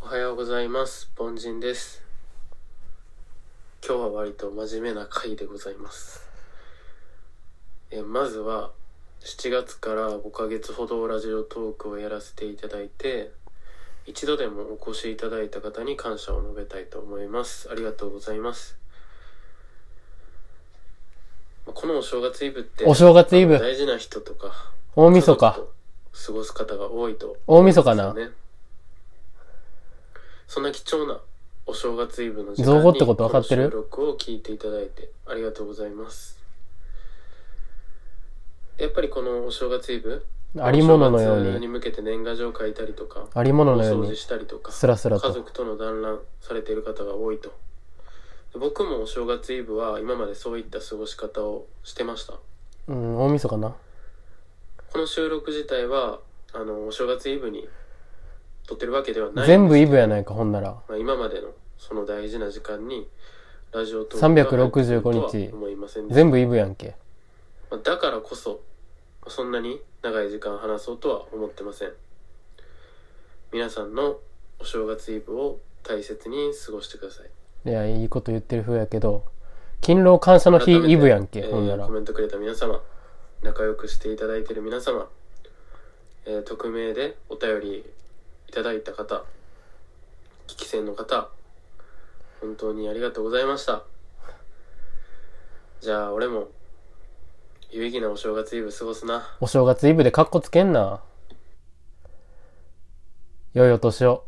おはようございます。凡人です。今日は割と真面目な回でございます。えまずは、7月から5ヶ月ほどラジオトークをやらせていただいて、一度でもお越しいただいた方に感謝を述べたいと思います。ありがとうございます。まあこのお正月イブって、お正月イあのブ、大事な人とか、大晦日家。族と過ごす方が多いと大晦日なそう。ですねそんな貴重なお正月イブの時造語ってこと分かってこるの収録を聞いていただいてありがとうございますやっぱりこのお正月イブありもののよお正う月にに、向けて年賀状書いたりとかありもおののよ掃う除に、したりとかスラスラ家と。族との団らんされている方が多いとで僕もお正月イブは今までそういった過ごし方をしてましたうん、大晦日な。この収録自体はあのお正月イブに撮ってるわけではない全部イブやないか、ほんなら。まあ、今までのその大事な時間にラジオと365日思いませんでした、全部イブやんけ。まあだからこそそんなに長い時間話そうとは思ってません皆さんのお正月イブを大切に過ごしてくださいいや、いいこと言ってる風やけど、勤労感謝の日改めてイブやんけ、えーほんならコ。メントくれた皆様仲良くしていただいている皆様、えー匿名でお便りいただいた方聞き戦の方本当にありがとうございましたじゃあ俺も有意義なお正月イブ過ごすなお正月イブでカッコつけんな。良いお年を。